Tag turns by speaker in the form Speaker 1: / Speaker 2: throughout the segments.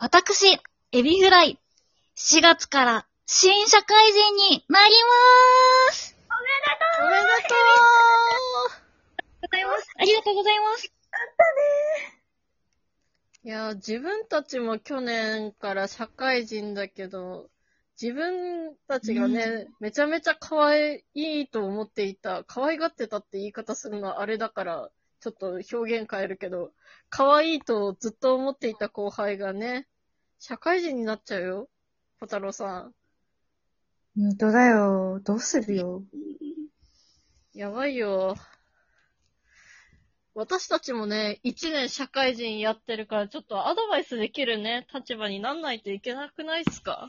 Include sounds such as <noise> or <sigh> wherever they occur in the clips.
Speaker 1: 私、エビフライ、4月から新社会人になりまーすおめでと
Speaker 2: ございます。
Speaker 1: ありがとうございます
Speaker 2: いやー、自分たちも去年から社会人だけど、自分たちがね、めちゃめちゃ可愛いと思っていた、可愛がってたって言い方するのはあれだから、ちょっと表現変えるけど、可愛いとずっと思っていた後輩がね、社会人になっちゃうよ。小太郎さん。
Speaker 3: 本当だよ。どうするよ。
Speaker 2: やばいよ。私たちもね、一年社会人やってるから、ちょっとアドバイスできるね、立場になんないといけなくないっすか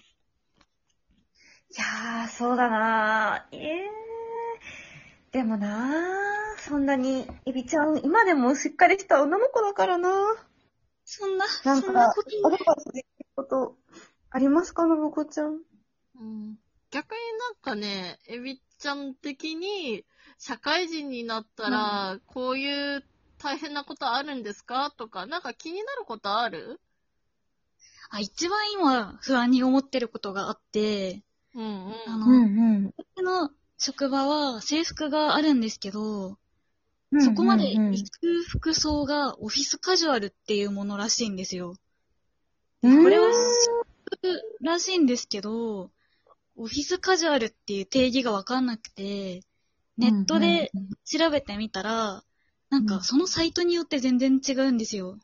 Speaker 3: いやー、そうだなー。えー。でもなー、そんなに、エビちゃん、今でもしっかりした女の子だからなー。
Speaker 1: そんな、
Speaker 3: なん
Speaker 1: そんな
Speaker 3: か
Speaker 1: こ、
Speaker 3: ア
Speaker 1: と
Speaker 3: ドバイスできること、ありますか、のぶこちゃん。
Speaker 2: うん逆になんかね、エビちゃん的に、社会人になったら、こういう大変なことあるんですかとか、なんか気になることある
Speaker 1: あ、一番今不安に思ってることがあって、
Speaker 2: うんうん。
Speaker 1: あの
Speaker 3: ん
Speaker 1: 僕の職場は制服があるんですけど、
Speaker 3: うん
Speaker 1: そこまで
Speaker 3: うんうん
Speaker 1: 行く服装がオフィスカジュアルっていうものらしいんですよ。
Speaker 3: うん
Speaker 1: これはらしいんですけど、オフィスカジュアルっていう定義がわかんなくて、ネットで調べてみたら、なん
Speaker 3: う
Speaker 1: か
Speaker 3: ん
Speaker 1: そのサイトによって全然違うんですよ。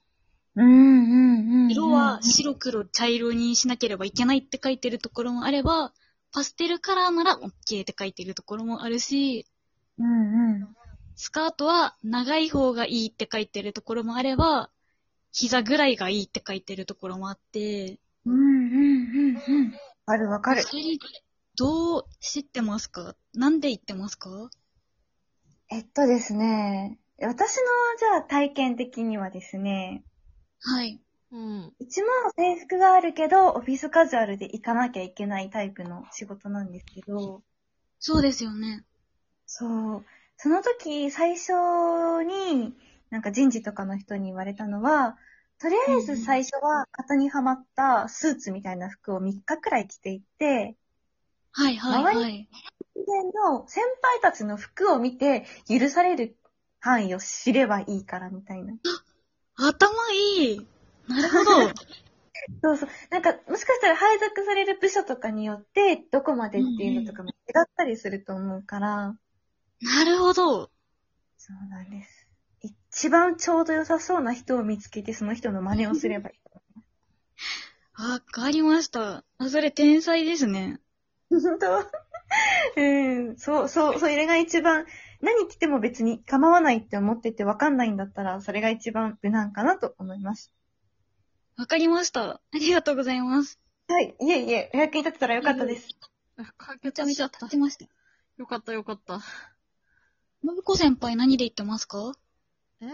Speaker 3: うんうんうん。
Speaker 1: 色は白黒茶色にしなければいけないって書いてるところもあれば、パステルカラーなら OK って書いてるところもあるし、
Speaker 3: うんうん。
Speaker 1: スカートは長い方がいいって書いてるところもあれば、膝ぐらいがいいって書いてるところもあって、
Speaker 3: うんうんうんうん。あるわかる。
Speaker 1: それどう知ってますかなんで言ってますか
Speaker 3: えっとですね、私のじゃあ体験的にはですね、
Speaker 1: はい。
Speaker 2: うん。
Speaker 3: うちも制服があるけど、オフィスカジュアルで行かなきゃいけないタイプの仕事なんですけど、
Speaker 1: そうですよね。
Speaker 3: そう、その時最初に、なんか人事とかの人に言われたのは、とりあえず最初は型にはまったスーツみたいな服を3日くらい着ていって、
Speaker 1: はいはいはい。
Speaker 3: 以前の先輩たちの服を見て許される範囲を知ればいいからみたいな。
Speaker 1: 頭いいなるほど。
Speaker 3: そうそう。なんか、もしかしたら配属される部署とかによって、どこまでっていうのとかも違ったりすると思うから、
Speaker 1: <laughs> なるほど。
Speaker 3: そうなんです。一番ちょうど良さそうな人を見つけて、その人の真似をすればいい。
Speaker 1: わかりました。あ、それ天才ですね。
Speaker 3: <laughs> 本当うん、そう、そう、それが一番、何着ても別に構わないって思ってて分かんないんだったら、それが一番無難かなと思います。
Speaker 1: わかりました。ありがとうございます。
Speaker 3: はい、いえいえ、お役に立てたらよかったです。
Speaker 2: 解
Speaker 1: めちゃ
Speaker 2: 決
Speaker 1: め
Speaker 2: し
Speaker 1: ち
Speaker 2: ちゃ
Speaker 1: ゃ
Speaker 2: っ
Speaker 1: 立
Speaker 2: た。
Speaker 1: てました。
Speaker 2: よかったよかった。
Speaker 1: 信子先輩何で言ってますか
Speaker 2: え、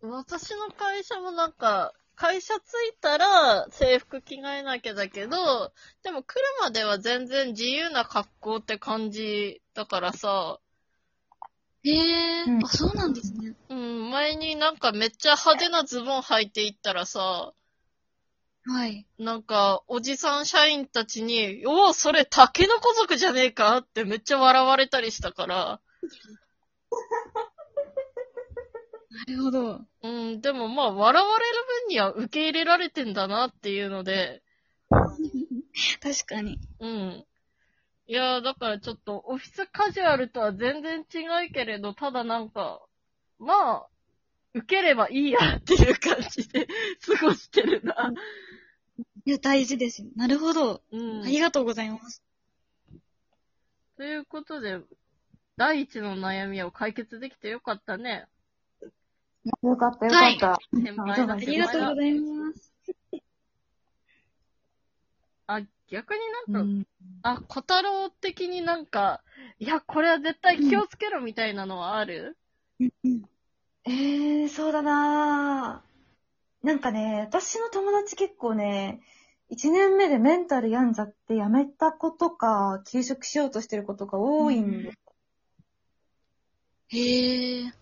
Speaker 2: 私の会社もなんか、会社着いたら制服着替えなきゃだけど、でも来るまでは全然自由な格好って感じだからさ、
Speaker 1: へえ、
Speaker 3: うん
Speaker 1: あ、そうなんですね。
Speaker 2: うん、前になんかめっちゃ派手なズボン履いていったらさ、
Speaker 1: はい。
Speaker 2: なんか、おじさん社員たちに、おお、それ、竹の子族じゃねえかってめっちゃ笑われたりしたから、
Speaker 1: なるほど。
Speaker 2: うん、でもまあ、笑われる分には受け入れられてんだなっていうので、
Speaker 1: 確かに。
Speaker 2: うん。いやー、だからちょっと、オフィスカジュアルとは全然違うけれど、ただなんか、まあ、受ければいいやっていう感じで過ごしてるな。
Speaker 1: いや、大事ですよ。なるほど。
Speaker 2: うん
Speaker 1: あ。りがとうございます。
Speaker 2: ということで、第一の悩みを解決できてよかったね。
Speaker 3: よかった、よ
Speaker 1: は
Speaker 3: か
Speaker 1: い
Speaker 3: った。
Speaker 2: 先輩だ
Speaker 1: あ
Speaker 3: あ
Speaker 1: り
Speaker 3: り
Speaker 1: が
Speaker 3: が
Speaker 1: と
Speaker 3: と
Speaker 1: う
Speaker 3: う
Speaker 1: ご
Speaker 3: ご
Speaker 1: ざいます。
Speaker 2: あ、逆に
Speaker 3: う
Speaker 2: なんか、
Speaker 3: ん
Speaker 2: あ、小太郎的になんか、いや、これは絶対気をつけろみたいなのはある、
Speaker 3: ええー、そうだなぁ。なんかね、私の友達結構ね、一年目でメンタル病んじゃって辞めた子とか、休職しようとしてる子とか多いんで、
Speaker 1: へえ。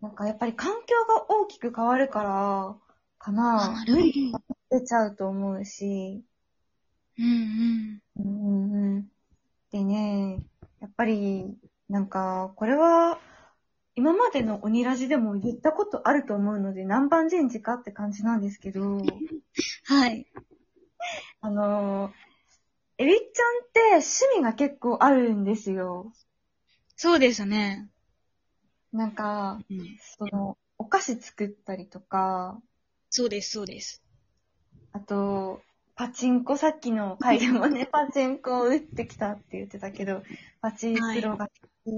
Speaker 3: なんかやっぱり環境が大きく変わるから、か
Speaker 1: あ、
Speaker 3: な
Speaker 1: な
Speaker 3: ぁ。
Speaker 1: るほど。
Speaker 3: 出ちゃうと思うし、
Speaker 1: うん
Speaker 3: うんうんうん。でね、やっぱり、なんか、これは、今までの鬼ラジでも言ったことあると思うので、何番人事かって感じなんですけど、
Speaker 1: うん。はい。
Speaker 3: あのエビちゃんって趣味が結構あるんですよ。
Speaker 1: そうですね。
Speaker 3: なんか、
Speaker 1: うん、
Speaker 3: その、お菓子作ったりとか、
Speaker 1: そうです、そうです。
Speaker 3: あと、パチンコ、さっきの回でも
Speaker 1: <laughs>
Speaker 3: ね、パチンコを打ってきたって言ってたけど、パチスロが好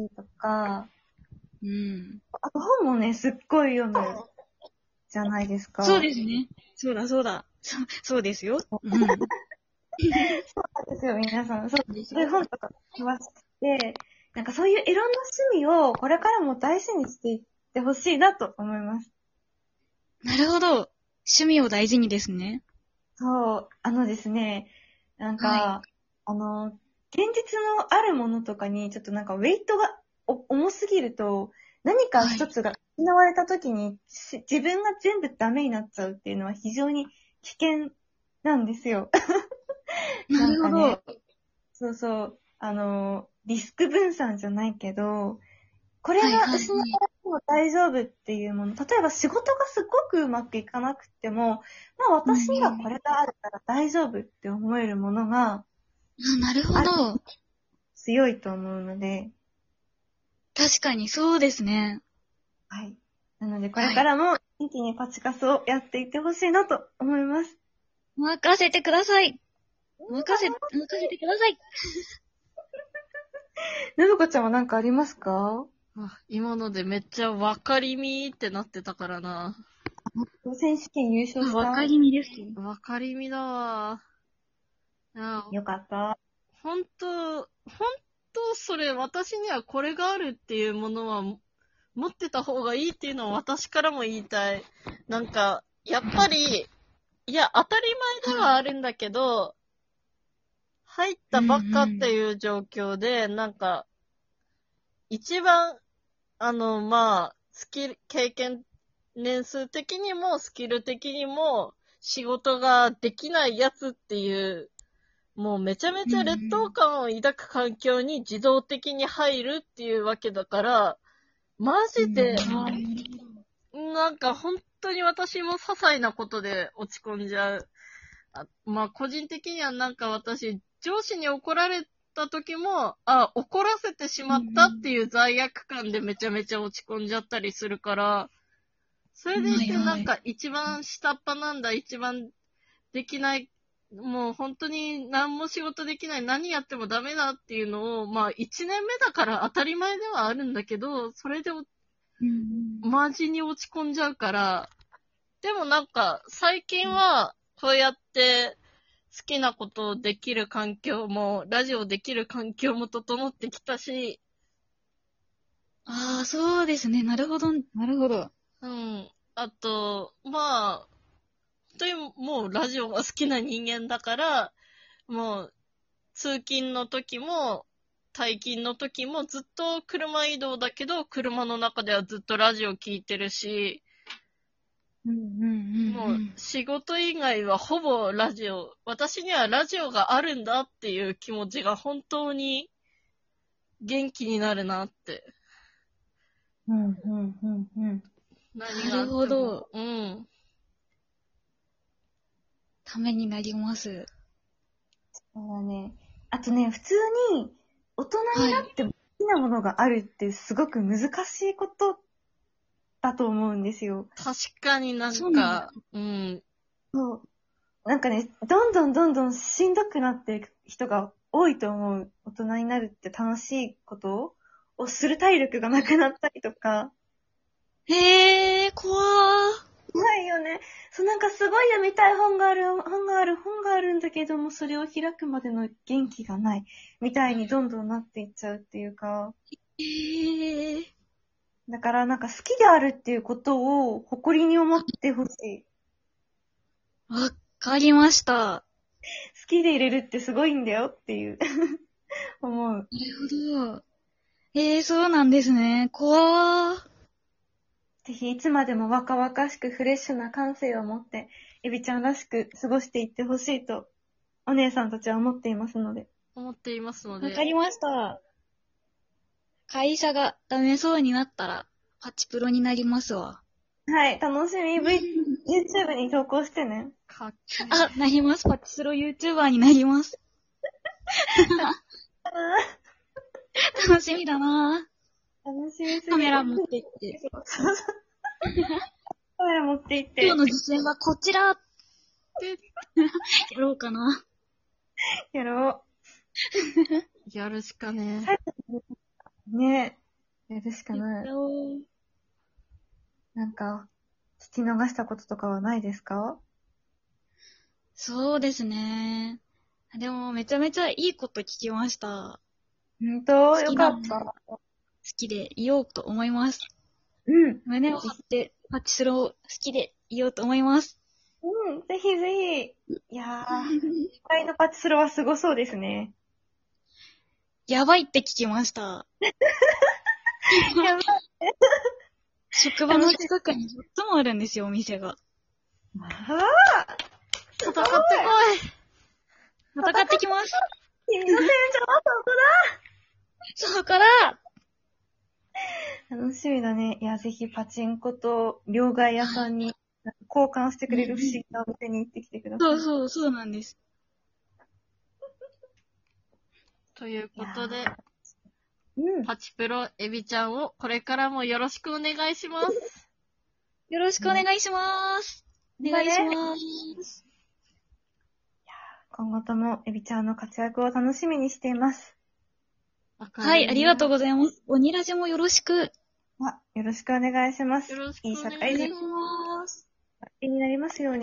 Speaker 3: きとか、
Speaker 1: うん。
Speaker 3: あと本もね、すっごい読むじゃないですか。
Speaker 1: そう
Speaker 3: す。
Speaker 1: ですね。そうだ、そうだ。そそうですよ。 <laughs> うん。
Speaker 3: そうですよ、皆さん。そう、
Speaker 1: です
Speaker 3: そういう本とか読ましくて、なんかそういういろんな趣味をこれからも大事にしていってほしいなと思います。
Speaker 1: なるほど。趣味を大事にですね。
Speaker 3: そう、あのですね、なんか、
Speaker 1: は
Speaker 3: あの、現実のあるものとかに、ちょっとなんかウェイトがお重すぎると、何か一つが失われた時に、し自分が全部ダメになっちゃうっていうのは非常に危険なんですよ。
Speaker 1: なるほど。
Speaker 3: なんかねそうそう。あの、リスク分散じゃないけど、これ
Speaker 1: はいはい
Speaker 3: が
Speaker 1: はい
Speaker 3: 失われても大丈夫っていうもの、例えば仕事がすごくうまくいかなくても、まあ私にはこれがあるから大丈夫って思えるものが
Speaker 1: あなるほど。
Speaker 3: 強いと思うので、
Speaker 1: 確かにそうですね。
Speaker 3: はい。なのでこれからも元気にパチカスをやっていってほしいなと思います。
Speaker 1: 任せてください。任せ、任せてください。
Speaker 3: のぶこちゃんは何かありますか
Speaker 2: あ今のでめっちゃわかりみーってなってたからな。
Speaker 3: 選手権優勝した。
Speaker 1: わかりみです。
Speaker 2: わかりみだわ。あ
Speaker 3: よかった。
Speaker 2: 本当、本当それ、私にはこれがあるっていうものはも持ってた方がいいっていうのは私からも言いたい。なんか、やっぱり、いや、当たり前ではあるんだけど、入ったばっかっていう状況で、なんか、一番、あの、まあ、スキル、経験、年数的にも、スキル的にも、仕事ができないやつっていう、もうめちゃめちゃ劣等感を抱く環境に自動的に入るっていうわけだから、マジで、なんか本当に私も些細なことで落ち込んじゃう。あまあ個人的にはなんか私、上司に怒られた時も、あ、怒らせてしまったっていう罪悪感でめちゃめちゃ落ち込んじゃったりするから、それでいて
Speaker 1: はいはい
Speaker 2: なんか一番下っ端なんだ、一番できない、もう本当に何も仕事できない、何やってもダメだっていうのを、まあ一年目だから当たり前ではあるんだけど、それでマジに落ち込んじゃうから、でもなんか、最近は、こうやって、好きなことをできる環境も、ラジオできる環境も整ってきたし、
Speaker 1: ああ、そうですね。なるほど。なるほど。
Speaker 2: うん。あと、まあ、本当にもうラジオが好きな人間だから、もう、通勤の時も、退勤の時もずっと車移動だけど、車の中ではずっとラジオ聞いてるし、
Speaker 3: うん
Speaker 1: うんうん、
Speaker 2: もう仕事以外はほぼラジオ、私にはラジオがあるんだっていう気持ちが本当に元気になるなって。
Speaker 3: うん、うん、うん、うん。
Speaker 2: 何があっても
Speaker 1: なるほど。
Speaker 2: うん。
Speaker 1: ためになります。
Speaker 3: そうだね。あとね、普通に大人になっても好きなものがあるってすごく難しいことだと思うんですよ。
Speaker 2: 確かにな
Speaker 1: そうんな
Speaker 2: か、うん。
Speaker 3: そう。なんかね、どんどんどんどんしんどくなっていく人が多いと思う。大人になるって楽しいことをする体力がなくなったりとか。
Speaker 1: へえ、怖ー。
Speaker 3: 怖いよね。そう、なんかすごい読みたい本がある、本がある、本があるんだけども、それを開くまでの元気がない。みたいにどんどんなっていっちゃうっていうか。
Speaker 1: へえ。
Speaker 3: だから、なんか好きであるっていうことを誇りに思ってほしい。好
Speaker 1: わかりました。
Speaker 3: きでいれるってすごいんだよっていう、 <laughs> 思う。
Speaker 1: なるほど。ええ、そうなんですね。怖ー。
Speaker 3: ぜひいつまでも若々しくフレッシュな感性を持って、エビちゃんらしく過ごしていってほしいと、お姉さんたちは思っていますので。
Speaker 2: 思っていますの
Speaker 1: わ
Speaker 2: で。
Speaker 1: かりました。会社がダメそうになったら、パチプロになりますわ。
Speaker 3: はい、楽しみ。v、YouTube に投稿してね。
Speaker 2: かっこいい
Speaker 1: あ、なります。パチスロ YouTuber になります。楽しみだな
Speaker 3: 楽しみすぎる
Speaker 1: カメラ持って行って。
Speaker 3: そうそうカメラ持って行って。
Speaker 1: 今日の実践はこちらって、やろうかな。
Speaker 3: やろ
Speaker 2: やるしかね
Speaker 3: は。う。ねえ。やるしかない。
Speaker 1: え
Speaker 3: なんか、聞き逃したこととかはないですか
Speaker 1: そうですね。でも、めちゃめちゃいいこと聞きました。
Speaker 3: 本当
Speaker 1: 好
Speaker 3: よ
Speaker 1: きだ
Speaker 3: かった。
Speaker 1: 好きでいようと思います。
Speaker 3: うん。
Speaker 1: 胸を張って、パチスロを好きでいようと思います。
Speaker 3: うん、ぜひぜひ。いや <laughs> ー、実際のパチスロはすごそうですね。 <laughs>
Speaker 1: やばいって聞きました。
Speaker 3: やばい
Speaker 1: 職場の近くに4つもあるんですよ、お店が。
Speaker 3: まあ、
Speaker 2: 戦ってこ
Speaker 1: 戦ってきます。
Speaker 3: 君の成長は
Speaker 1: そこから、
Speaker 3: そこだ <laughs> 楽しみだね。いや、ぜひパチンコと両替屋さんになんか交換してくれる不思議なお店に行ってきてください。
Speaker 1: そうそう、そうなんです。
Speaker 2: いということ
Speaker 3: い
Speaker 2: で、
Speaker 3: うん。
Speaker 2: パチプロエビちゃんをこれからもよろしくお願いします。
Speaker 1: よろしくお願いします。お願いします。
Speaker 3: 今後ともエビちゃんの活躍を楽しみにしています。
Speaker 1: はい、ありがとう
Speaker 2: う。
Speaker 1: ございます。鬼ラジもよろしく。
Speaker 3: まあよろしくお願いします。
Speaker 2: よろしくお
Speaker 3: い
Speaker 2: 願
Speaker 3: い
Speaker 2: いしま
Speaker 3: 社
Speaker 2: す
Speaker 3: 会人
Speaker 1: ます。
Speaker 3: になりますように。